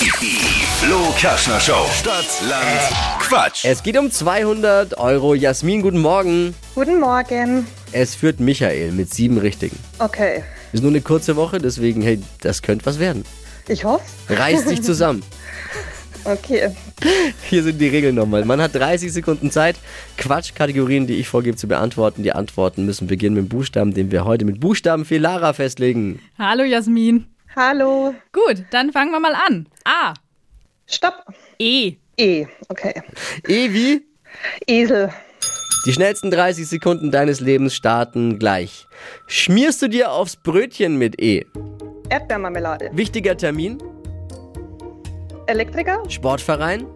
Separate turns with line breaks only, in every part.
Die Flo Kaschner Show. Stadt, Land, Quatsch.
Es geht um 200 Euro. Jasmin, guten Morgen.
Guten Morgen.
Es führt Michael mit sieben Richtigen.
Okay,
Ist nur eine kurze Woche, deswegen, hey, das könnte was werden.
ich hoffe.
Reiß dich zusammen.
Okay,
Hier sind die Regeln nochmal. Man hat 30 Sekunden Zeit, Quatschkategorien, die ich vorgebe, zu beantworten. Die Antworten müssen beginnen mit dem Buchstaben, den wir heute mit Buchstaben für Lara festlegen.
Hallo Jasmin.
hallo.
Gut, dann fangen wir mal an. A.
Stopp.
E.
E, okay.
Evi,
Esel.
die schnellsten 30 Sekunden deines Lebens starten gleich. Schmierst du dir aufs Brötchen mit E?
Erdbeermarmelade.
Wichtiger Termin?
Elektriker.
Sportverein?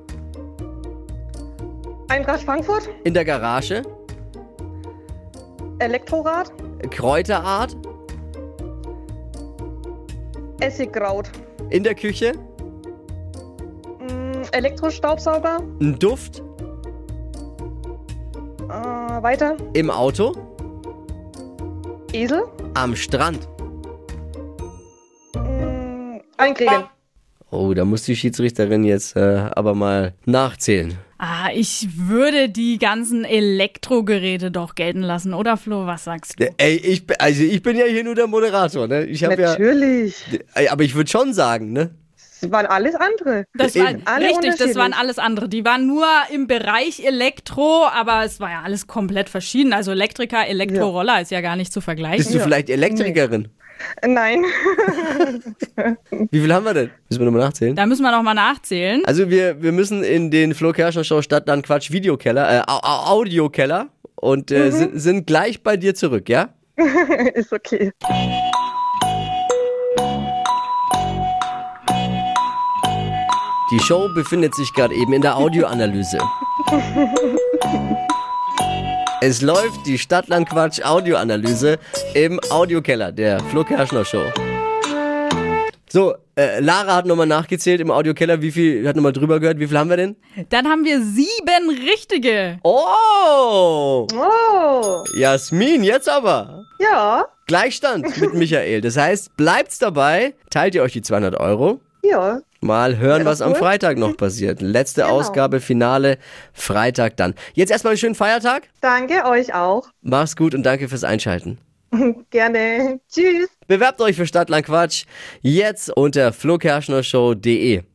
Eintracht Frankfurt.
In der Garage?
Elektrorad.
Kräuterart?
Essigkraut.
In der Küche?
Mm, Elektrostaubsauger.
Ein Duft?
Äh, weiter.
Im Auto?
Esel.
Am Strand?
Mm, Einkriegen.
Oh, da muss die Schiedsrichterin jetzt äh, aber mal nachzählen.
Ah, ich würde die ganzen Elektrogeräte doch gelten lassen, oder Flo? Was sagst du?
Äh, Ey, ich, bin- also ich bin ja hier nur der Moderator, ne? Ich habe ja.
Natürlich.
Ey, Aber ich würde schon sagen, ne?
Das waren alles andere.
Das
eben.
waren,
Alle
richtig, das
unterschiedlich.
waren alles andere. Die waren nur im Bereich Elektro, aber es war ja alles komplett verschieden. Also Elektriker, Elektroroller ist ja gar nicht zu
Bist
vergleichen.
du vielleicht Elektrikerin?
Nein.
Wie viel haben wir denn? Müssen wir nochmal nachzählen?
Da müssen wir nochmal nachzählen.
Also wir, wir müssen in den Flo Kerschner Show Stadtland Quatsch Videokeller, äh, Au- Au- Audiokeller und äh, sind, sind gleich bei dir zurück, ja?
Ist okay.
Die Show befindet sich gerade eben in der Audioanalyse. Es läuft die Stadtlandquatsch Audioanalyse im Audiokeller der Flo Kerschner Show. So, äh, Lara hat nochmal nachgezählt im Audiokeller, wie viel, hat nochmal drüber gehört, wie viel haben wir denn?
Dann haben wir sieben richtige.
Oh!
Oh.
Jasmin, jetzt aber!
Ja.
Gleichstand mit Michael. Das heißt, bleibt's dabei, teilt ihr euch die 200 Euro.
Ja.
Mal hören, was am
cool.
Freitag noch passiert. Letzte
Genau.
Ausgabe, Finale, Freitag dann. Jetzt erstmal einen schönen Feiertag.
Danke euch auch.
Mach's gut und danke fürs Einschalten.
Gerne. Tschüss.
Bewerbt euch für Stadtland Quatsch jetzt unter flokerschnershow.de.